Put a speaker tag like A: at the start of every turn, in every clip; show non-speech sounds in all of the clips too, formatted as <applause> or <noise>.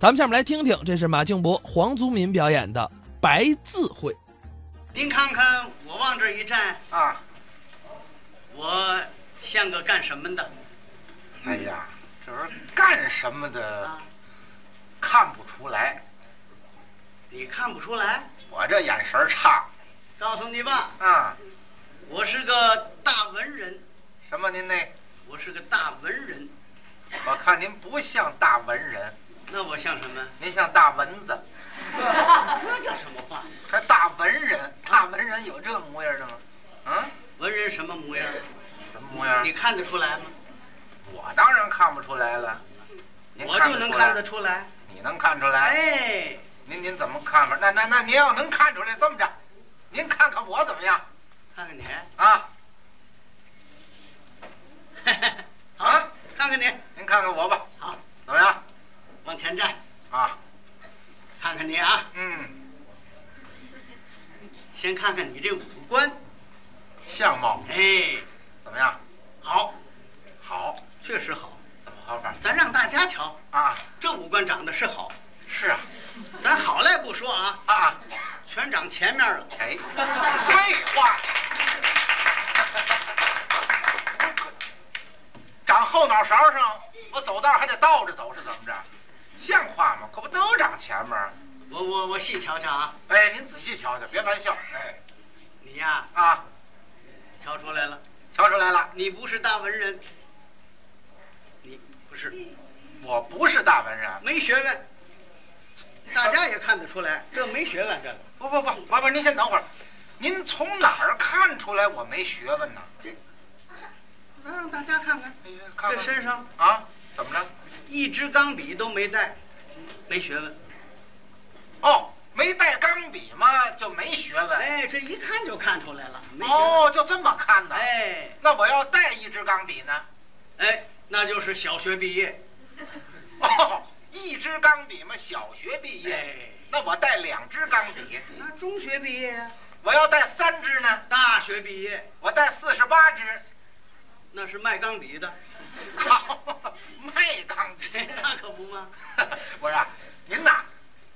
A: 咱们下面来听听，这是马静博、黄祖民表演的《白字会》。
B: 您看看我往这一站，
C: 啊，
B: 我像个干什么的
C: 哎呀，这玩意儿干什么的
B: 啊？
C: 看不出来，
B: 你看不出来。
C: 我这眼神儿差
B: 告诉你吧，
C: 啊。
B: 我是个大文人，
C: 什么您呢？
B: 我是个大文人。
C: 我看您不像大文人，
B: 那我像什
C: <laughs>
B: 么？
C: 您像大蚊子，
B: 这叫什么话？
C: 还大文人。大文人有这模样的吗？嗯，
B: 文人什么模样？
C: 什么模样
B: 你？看得出来吗？
C: 我当然看不出来了。您
B: 我
C: 看
B: 就
C: 得
B: 能
C: 出
B: 看
C: 来
B: 得出来。
C: 你能看出来？
B: 哎，
C: 您您怎么看法？那那那您要能看出来，这么着，您看看我怎么样
B: 看看你， <laughs>
C: 啊？
B: 好，看看你，
C: 您看看我吧，
B: 好，
C: 怎么样
B: 往前站，
C: 啊？
B: 看看你啊，
C: 嗯，
B: 先看看你这五官。
C: 相貌
B: 哎，
C: 怎么样？
B: 好，
C: 好，
B: 确实好。
C: 怎么好法
B: 咱让大家瞧，
C: 啊？
B: 这五官长得是好，
C: 是啊，
B: 咱好赖不说啊，
C: 啊，
B: 全长前面了。
C: 哎，废话，长后脑勺上，我走道还得倒着走，是怎么着？像话吗？可不都长前面儿？
B: 我我我细瞧瞧啊，
C: 哎，您仔细瞧瞧，别翻笑。哎，
B: 你呀
C: 啊，
B: 瞧出来了，
C: 瞧出来了，
B: 你不是大文人，你不是
C: 我不是大文人。
B: 没学问，大家也看得出来，这没学问，这个
C: 不不不不不，您先等会儿，您从哪儿看出来我没学问呢？
B: 那让大家看看，
C: 哎呀看
B: 这
C: 看
B: 身上
C: 啊，怎么着？
B: 一支钢笔都没带，没学问。
C: 哦，没带钢笔嘛，就没学问。
B: 哎，这一看就看出来了，没学问。
C: 哦，就这么看的。
B: 哎
C: 那我要带一支钢笔呢？
B: 哎，那就是小学毕业。
C: 哦，一支钢笔嘛，小学毕业。
B: 哎，
C: 那我带两支钢笔，
B: 那中学毕业呀，
C: 我要带三支呢？
B: 大学毕业
C: 我带四十八支。 <laughs>
B: 那是卖钢笔的， <laughs>
C: 好，卖钢笔。 <laughs>
B: 那可不嘛，
C: 我说啊，您呐，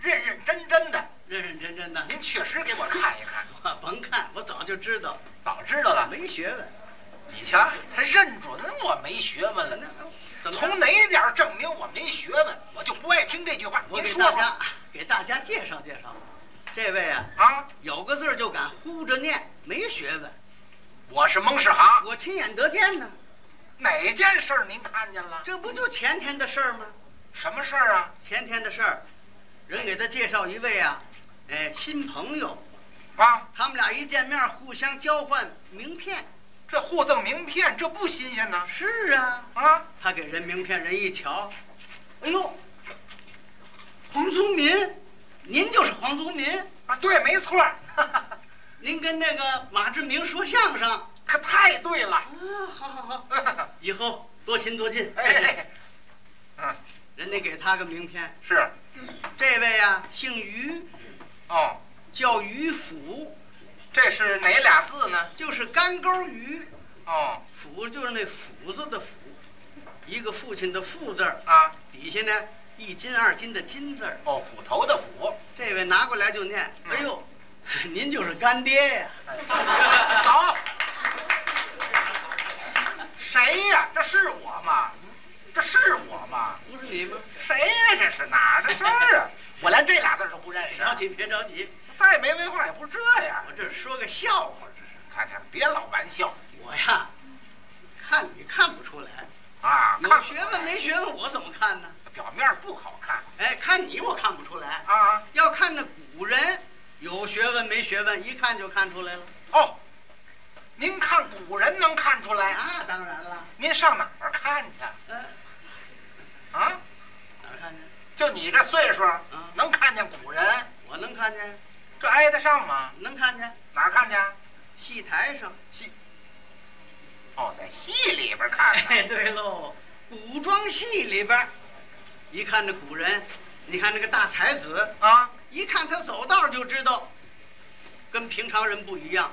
C: 认认真真的，
B: 认认真真的。
C: 您确实给我看一看。
B: 我甭看，我早就知道，
C: 早知道了，
B: 没学问。
C: 你瞧，他认准我没学问了
B: 那。都怎么
C: 从哪点儿证明我没学问？我就不爱听这句话。
B: 我
C: 您
B: 给
C: 说
B: 大
C: 说
B: 家 <laughs> 给大家介绍介绍，这位啊，
C: 啊，
B: 有个字儿就敢呼着念，没学问，
C: 我是蒙世航，
B: 我亲眼得见呢。
C: 哪件事儿您看见了？
B: 这不就前天的事儿吗？
C: 什么事儿啊？
B: 前天的事儿，人给他介绍一位啊，哎，新朋友，
C: 啊，
B: 他们俩一见面互相交换名片。
C: 这互赠名片，这不新鲜呢。
B: 是啊，
C: 啊，
B: 他给人名片，人一瞧，哎呦，黄宗民，您就是黄宗民。
C: 啊，对，没错儿， <laughs>
B: 您跟那个马志明说相声啊，
C: 可太对了。 <laughs>
B: 好好好，以后多亲多近。哎，
C: 哎，嗯，
B: 人家给他个名片，
C: 是，
B: 这位啊，姓于，
C: 哦，
B: 叫于甫，
C: 这是哪俩字呢？
B: 就是干沟于，
C: 哦，
B: 甫就是那斧子的斧，一个父亲的父字儿，
C: 啊，
B: 底下呢一斤二斤的斤字儿。
C: 哦，斧头的斧。
B: 这位拿过来就念，
C: 嗯
B: 哎呦， <laughs> 您就是干爹 <laughs> 呀、
C: 走。谁呀、这是我吗？这是我吗？
B: 不是你吗？
C: 谁呀、这是哪儿的事儿啊？我连这俩字儿都不认
B: 别
C: 识。
B: 着急，别着急，
C: 再没文化也不这样。
B: 我这说个笑话，这是
C: 看看，别老玩笑
B: 我呀，看你看不出来。
C: 啊！
B: 有
C: 看
B: 学问没学问，我怎么看呢？
C: 表面不好看
B: 哎，看你我看不出来，
C: 啊。
B: 要看那古人有学问没学问，一看就看出来了。
C: 哦，您看古人能看出来，
B: 那当然了，
C: 您上哪儿看去
B: 呃，
C: 啊？
B: 哪儿看见？
C: 就你这岁数
B: 嗯，
C: 能看见古人，
B: 我能看见，
C: 这挨得上吗？
B: 能看见，
C: 哪儿看去？啊
B: 戏台上。
C: 哦，在戏里边看呢。
B: 哎，对喽，古装戏里边儿，一看这古人，你看那个大才子，
C: <laughs> 啊，
B: 一看他走道儿就知道，跟平常人不一样，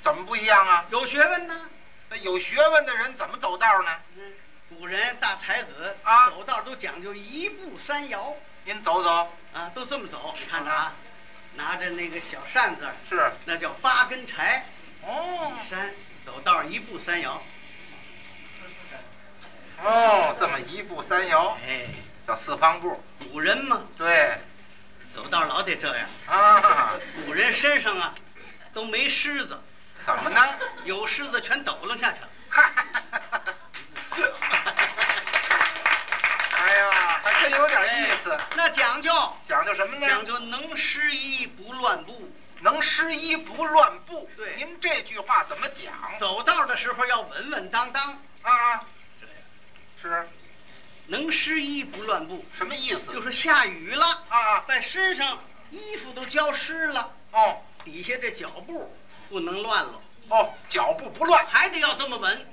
C: 怎么不一样啊？
B: 有学问呢。
C: 那有学问的人怎么走道呢？
B: 嗯，古人大才子
C: 啊
B: 走道都讲究一步三摇
C: 您走走，
B: 啊，都这么走。你看着啊，拿着那个小扇子儿，
C: 是
B: 那叫八根柴
C: 哦
B: 一扇，走道儿一步三摇。
C: 哦，这么一步三摇
B: 哎，
C: 叫四方步，
B: 古人嘛，
C: 对
B: 走道儿老得这样。
C: 啊，
B: 古人身上啊都没虱子，
C: 怎么呢？
B: 有虱子全抖楞下去了。 <laughs>
C: <laughs> 嗨，哎呀，还真有点意思，
B: 那讲究
C: 讲究什么呢？
B: 讲究能施衣不乱步，
C: 能失衣不乱步。
B: 对
C: 您这句话怎么讲
B: 走道的时候要稳稳当当。
C: 啊？
B: 这样
C: 是
B: 能湿衣不乱步，
C: 什么意思？
B: 就是是下雨了，
C: 啊，
B: 把身上衣服都浇湿了，
C: 哦
B: 底下这脚步不能乱了，
C: 哦，脚步不乱。
B: 还得要这么稳。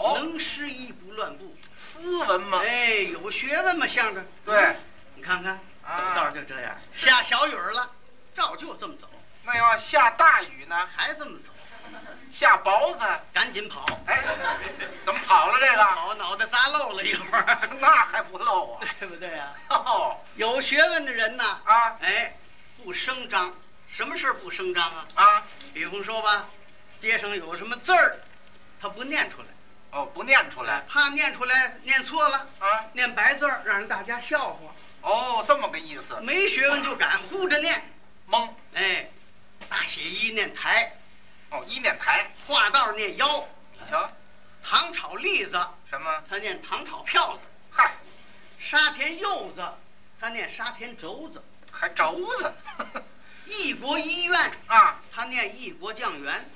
C: 哦，
B: 能湿衣不乱步，
C: 斯文嘛。
B: 哎，有学问嘛，向着。
C: 对，
B: 你看看，
C: 啊
B: 走道就这样，下小雨儿了，照旧这么走，
C: 那要下大雨呢？
B: 还这么走，
C: 下雹子？
B: 赶紧跑，
C: 哎，怎么跑了这个？ <laughs>
B: 跑脑袋砸漏了一会儿， <laughs>
C: 那还不漏啊？
B: 对不对啊？
C: 哦
B: 有学问的人呐，
C: 啊
B: 哎，不声张，什么事儿不声张啊？
C: 啊！
B: 比方说吧，街上有什么字儿，他不念出来，
C: 哦，不念出来
B: 怕念出来念错了，
C: 啊？
B: 念白字儿让人大家笑话。
C: 哦，这么个意思。
B: 没学问就敢呼着念，
C: 蒙
B: 哎，大写一念台，
C: 哦，一面台，
B: 画道念腰，
C: 你瞧
B: 糖炒栗子
C: 什么？
B: 他念糖炒票子，
C: 嗨，
B: 沙田柚子他念沙田肘子，
C: 还轴子
B: 异国医院
C: <laughs> 啊！
B: 他念异国酱园，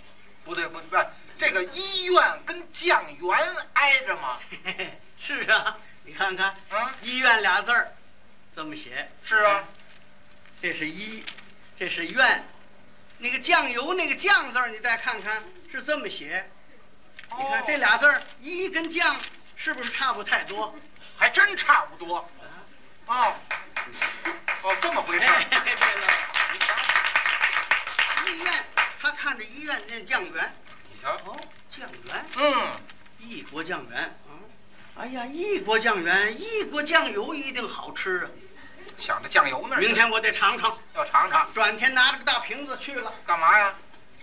C: 不对，不对，这个医院跟酱园挨着吗？
B: 嘿嘿 <laughs> 是啊，你看看
C: 啊，
B: 医院俩字儿，这么写
C: 是啊，
B: 这是一，这是院，那个酱油那个酱字儿，你再看看是这么写。你看
C: 哦
B: 这俩字儿，一跟酱是不是差不太多？ <laughs>
C: 还真差不多。哦，哦，这么回事
B: 哎
C: 儿。，
B: 对了，医院他看着医院念酱园，
C: 你瞧，
B: 哦，酱园，
C: 嗯，
B: 异国酱园啊。哎呀，异国酱园，异国酱油一定好吃啊！
C: 想着酱油那儿去
B: 明天我得尝尝。
C: 要尝尝，
B: 转天拿着个大瓶子去了，
C: 干嘛呀？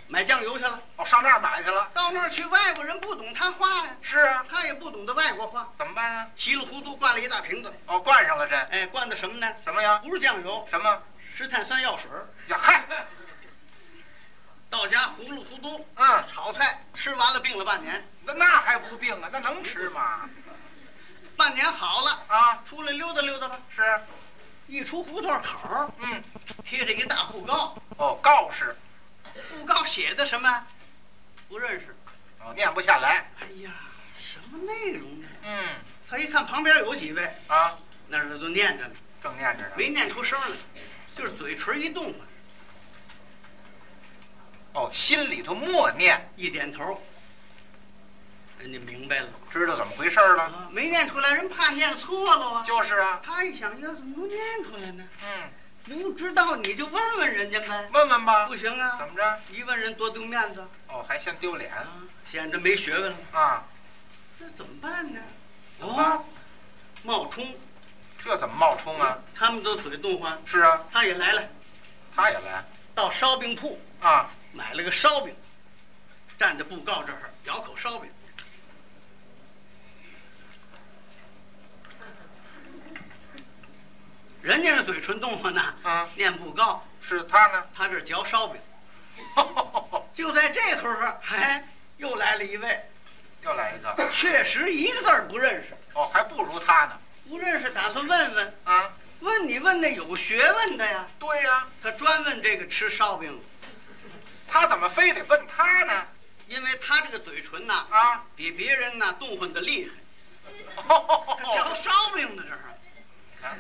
B: 买酱油去了。
C: 哦，上那儿买去了。
B: 到那儿去，外国人不懂他话呀，
C: 是啊，
B: 他也不懂得外国话，
C: 怎么办啊？
B: 稀里糊涂灌了一大瓶子。
C: 哦，灌上了这
B: 哎，灌的什么呢？
C: 什么呀？
B: 不是酱油，
C: 什么
B: 是碳酸药水儿。
C: 呀？嗨，
B: 到家糊里糊涂
C: 嗯，
B: 炒菜，吃完了病了半年，
C: 那那还不病啊？那能吃吗？
B: 半年好了，
C: 啊，
B: 出来溜达溜达吧。
C: 是，啊
B: 一出胡同口儿
C: 嗯，
B: 贴着一大布告，
C: 哦，告示，
B: 布告写的什么？不认识。
C: 哦，念不下来。
B: 哎呀，什么内容呢？
C: 嗯，
B: 他一看旁边有几位，
C: 啊，
B: 那儿都念着呢。
C: 正念着呢。
B: 没念出声来，就是嘴唇一动啊，
C: 哦，心里头默念，
B: 一点头，人家明白了
C: 知道怎么回事儿了。
B: 啊，没念出来，人怕念错了啊。
C: 就是啊，
B: 他一想，呀，怎么能念出来呢？
C: 嗯，
B: 不用知道你就问问人家呗，
C: 问问吧
B: 不，行
C: 怎
B: 啊，
C: 么着？
B: 一问人多丢面子
C: 哦，还嫌丢脸
B: 啊，显着没学问了。
C: 啊？
B: 这怎么办呢？
C: 啊
B: 哦，，冒充，
C: 这怎么冒充啊？
B: 他们都嘴动唤，
C: 是啊，
B: 他也来了，
C: 他也来
B: 到烧饼铺
C: 啊？
B: 买了个烧饼，站在布告这儿咬口烧饼。人家是嘴唇动唤呢，
C: 嗯，
B: 念布告，
C: 是他呢？ <laughs>
B: 他这儿嚼烧饼。就在这时候，哎，又来了一位，
C: 又来一个，
B: 确实一个字儿不认识，
C: 哦，还不如他呢。
B: 不认识，打算问问，
C: 啊，
B: 问你问那有学问的呀。
C: 对呀、
B: 他专问这个吃烧饼，
C: 他怎么非得问他呢？
B: 因为他这个嘴唇呐，
C: 啊， <laughs>
B: 比别人呐动换的厉害。他嚼
C: 哦，
B: 烧饼呢，这是。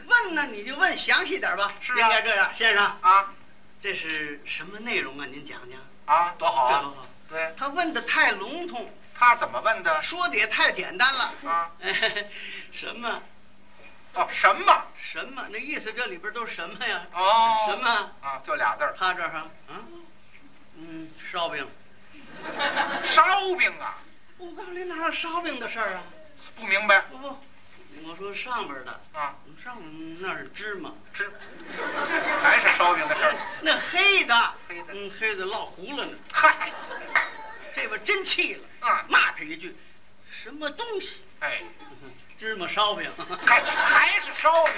B: 问呢，你就问详细点吧。
C: 啊是啊
B: 应该这样，先生，
C: 啊
B: 这是什么内容啊？您讲讲。
C: 啊，多好
B: 这
C: 啊！
B: 多好
C: 对
B: 他问的太笼统，
C: 他怎么问的？
B: 说的也太简单了。 <laughs>
C: 啊，
B: 什么
C: 哦，什么？
B: 什么？那意思这里边都是什么呀？
C: 哦，
B: 什？么？
C: 啊，就俩字儿，
B: 他这儿啊，嗯嗯，烧饼。
C: 烧饼啊。
B: 我告诉你，哪有烧饼的事儿啊？
C: 不明白
B: 不不，我说上边的，嗯
C: 啊？
B: 上边那是芝麻，
C: 吃，还是烧饼的事儿。
B: 那黑的，
C: 黑的
B: 嗯，黑的落糊了呢。
C: 嗨，
B: 这边真气了，
C: 啊，
B: 骂他一句：“什么东西？
C: 哎，
B: 芝麻烧 <laughs> 饼，
C: 还还是烧饼，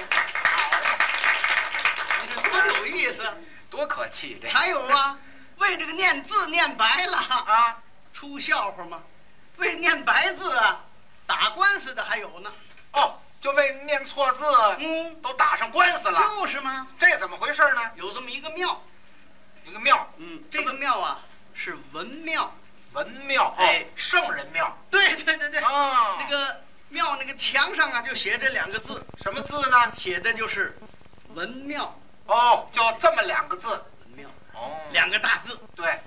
B: 多有意思！”
C: 多可气这
B: 还有啊，为这个念字念白了，
C: 啊！
B: 出笑话吗？为念白字啊，打官司的还有呢。
C: 哦，就为念错字
B: 嗯，
C: 都打上官司了，
B: 就是嘛，
C: 这怎么回事呢？
B: 有这么一个庙，
C: 一个庙，
B: 嗯，这个庙啊是文庙，
C: 文庙，哦
B: 哎，
C: 圣人庙
B: 对 <laughs> 哦对对对，
C: 啊。
B: 那个庙那个墙上啊就写这两个字，
C: 什么字呢？
B: 写的就是文庙，
C: 哦，就这么两个字。
B: 文庙
C: 哦
B: 两个大字，
C: 对，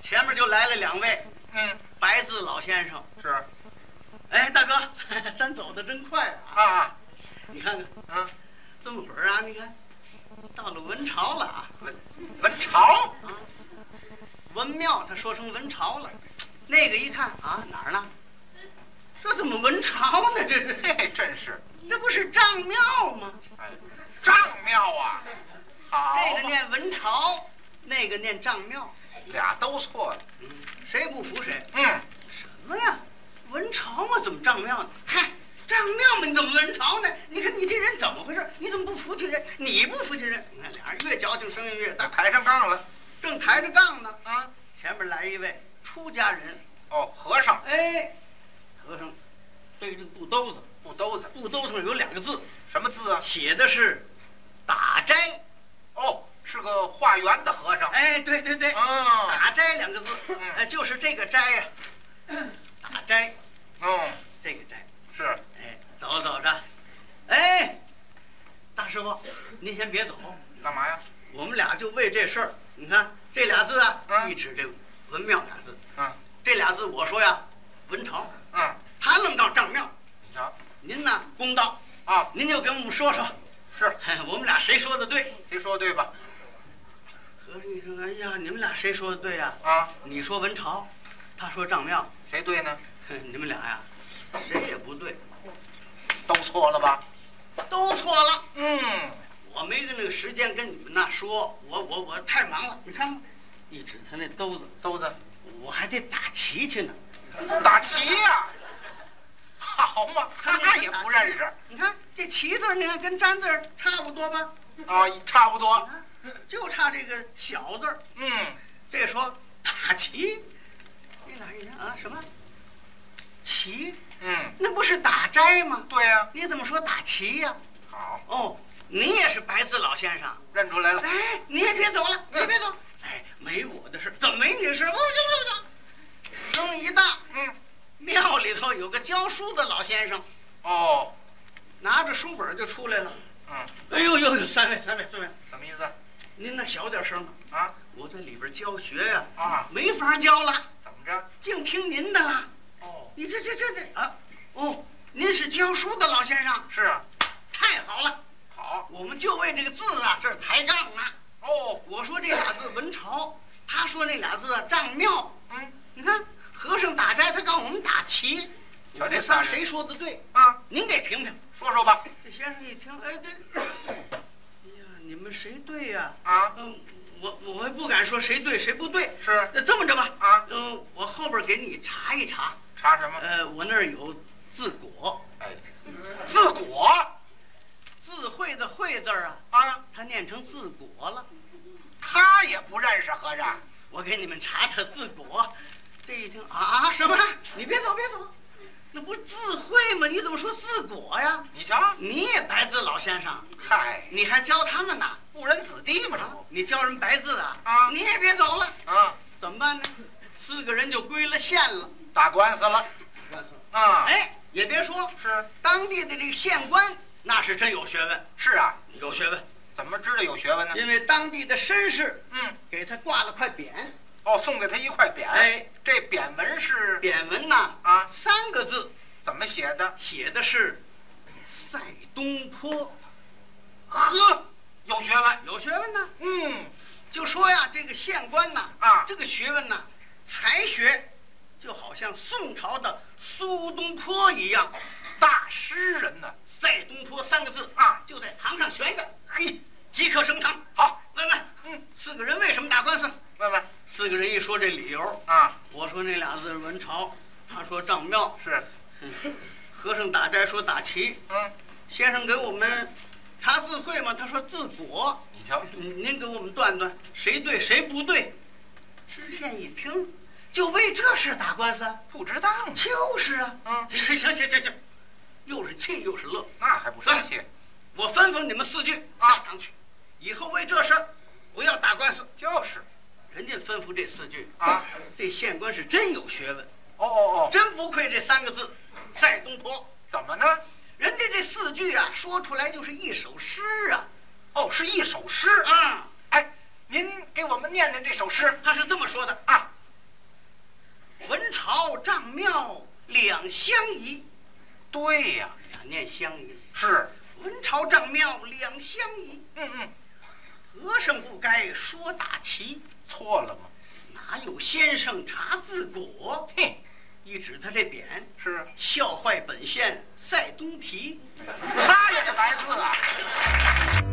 B: 前面就来了两位
C: 嗯，
B: 白字老先生，
C: 是啊
B: 哎，大哥，咱走的真快啊，
C: 啊，
B: 你看看。
C: 嗯，
B: 这么会儿啊，你看，到了文朝了啊，
C: 文朝
B: 文庙他说成文朝了，那个一看啊哪儿呢？这怎么文朝呢？这是
C: 嘿嘿，真是，
B: 这不是丈庙吗？
C: 哎，丈庙啊，好
B: 这个
C: 嘛
B: 念文朝，那个念丈庙，嗯
C: 俩都错了，
B: 谁不服谁？
C: 嗯，
B: 什么呀？文朝嘛，怎么丈庙呢？嗨，丈庙嘛，你怎么文朝呢？你看你这人怎么回事？你怎么不服气人？你不服气人？你看俩人越矫情，声音越大，
C: 抬上杠了，
B: 正抬着杠呢，
C: 啊，
B: 前面来一位出家人。
C: 哦，和尚
B: 哎，和尚对着这个布兜子，
C: 不兜子，
B: 布兜上有两个字，
C: 什么字啊？
B: 写的是“打斋
C: 哦，是个化缘的和”。尚，
B: 哎，对对对，
C: 嗯，
B: 打斋两个字，
C: 嗯
B: 哎，就是这个斋呀、打斋
C: 嗯，
B: 这个斋。
C: 是，
B: 哎，走走着，哎，大师傅，您先别走，
C: 干嘛呀？
B: 我们俩就为这事儿，你看这俩字啊，
C: 嗯
B: 一指这文庙俩字，
C: 嗯
B: 这俩字我说呀，文朝，
C: 嗯，
B: 他愣到丈庙，
C: 你瞧，
B: 您呢公道，
C: 啊，
B: 您就给我们说说。
C: 是，
B: 哎， <laughs> 我们俩谁说的对？
C: 谁说对吧？
B: 和尚一说：“哎呀，你们俩谁说的对呀、
C: 啊，
B: 你说文朝，他说丈庙， <laughs>
C: 谁对呢？
B: 哼你们俩呀，谁也不对，
C: 都错了吧？
B: 都错了。
C: 嗯，
B: 我没那个时间跟你们那说，我我我太忙了。你看吧，一指他那兜子，
C: 兜子。
B: 我还得打旗去呢。
C: 打旗呀、好嘛，他也不认识
B: 你看这旗字儿，你看跟粘字儿差不多吧？
C: 啊，差不多，
B: 啊， <laughs> 就差这个小字儿。
C: 嗯，
B: 这说打旗，这俩一看啊，什么旗？
C: 嗯，
B: 那不是打斋吗？
C: 对呀、
B: 你怎么说打旗呀、
C: 好，
B: 哦，你也是白字老先生。
C: 认出来了，
B: 哎，你也别走了，你也别走。哎，没我的事，怎么没你的事？不行不行不行。声一大，
C: 嗯，
B: 庙里头有个教书的老先生，
C: 哦，
B: 拿着书本就出来了。
C: 嗯，
B: 哎呦呦呦，三位三位三位，
C: 什么意思
B: 您那小点声啊！
C: 啊？
B: 我在里边教学呀、
C: 啊，
B: 没法教了，
C: 怎么着？
B: 净听您的啦。
C: 哦，
B: 你这这这这啊，哦，您是教书的老先生，
C: 是啊，
B: 太好了，
C: 好，
B: 我们就为这个字啊，这儿抬杠呢。
C: 哦，
B: 我说这俩字文朝，他说那俩字啊丈庙。
C: 嗯，
B: 你看和尚打斋，他告我们打旗。
C: 瞧这
B: 我
C: 仨
B: 仨
C: 人
B: 谁说的对？
C: 啊，
B: 您给评评。
C: 说说吧，
B: 这先生一听， <coughs> 哎，对，哎呀，你们谁对呀、
C: 啊，
B: 嗯、我我还不敢说谁对谁不对。
C: 是
B: 那这么着吧，
C: 啊，
B: 嗯、我后边给你查一查。
C: 查什么？
B: 呃，我那儿有字果，
C: 哎，自果
B: 字会的会字儿啊，
C: 啊，
B: 它念成字果了。
C: 他也不认识和尚，
B: 我给你们查查字果。这一听啊，什么？你别走，别走，那不是自会吗？你怎么说自果呀？
C: 你瞧，
B: 你也白字老先生，
C: 嗨，
B: 你还教他们呢？
C: 误人子弟嘛，这
B: 啊
C: 不，
B: 你教人白字啊？
C: 啊
B: 你也别走了，
C: 啊，
B: 怎么办呢？四个人就归了县了。
C: 打官司了啊，
B: 哎，也别说，
C: 是
B: 当地的这个县官那是真有学问，
C: 是啊，
B: 有学问，
C: 怎么知道有学问呢？
B: 因为当地的绅士
C: 嗯，
B: 给他挂了块匾，
C: 哦，送给他一块匾。
B: 哎，
C: 这匾文是
B: 匾文呐
C: 啊，
B: 三个字
C: 怎么写的？
B: 写的是“塞东坡
C: 呵，嗯啊有学问”，。
B: 有学问呐。
C: 嗯，
B: 就说呀，这个县官呐，
C: 啊
B: 这个学问呐，才学，就好像宋朝的苏东坡一样，
C: 大诗人呢、
B: 在东坡三个字
C: 啊，
B: 就在堂上悬着，
C: 嘿，
B: 即刻升堂。
C: 好，
B: 问问，
C: 嗯，
B: 四个人为什么打官司？
C: 问问
B: 四个人一说这理由，
C: 啊，
B: 我说那俩字是文朝，他说丈母庙，
C: 是，
B: 和尚打斋说打棋，
C: 嗯，
B: 先生给我们查字会吗？他说字果。
C: 你瞧，
B: 您您给我们断断谁对谁不对。知县一听，就为这事打官司，
C: 不值当，
B: 就是啊。
C: 嗯，
B: 行行行行行，又是气又是乐。
C: 那还不生气？
B: 我吩咐你们四句
C: 啊
B: 上堂去，以后为这事儿不要打官司。
C: 就是
B: 人家吩咐这四句，
C: 啊，
B: 这县官是真有学问，
C: 哦哦哦，
B: 真不愧这三个字，在东坡。
C: 怎么呢？
B: 人家这四句啊，说出来就是一首诗啊。
C: 哦，是一首诗，
B: 啊，
C: 哎，您给我们念念这首诗
B: 他是这么说的：
C: 啊，
B: 文朝丈庙两相宜，
C: 对呀，
B: 俩念相宜。
C: 是，
B: 文朝丈庙两相宜，
C: 嗯嗯，
B: 和尚不该说打棋，
C: 错了吗？
B: 哪有先生查字果？
C: 嘿，
B: 一指他这匾，
C: 是，
B: 笑坏本县塞东皮。
C: 他也是白字啊。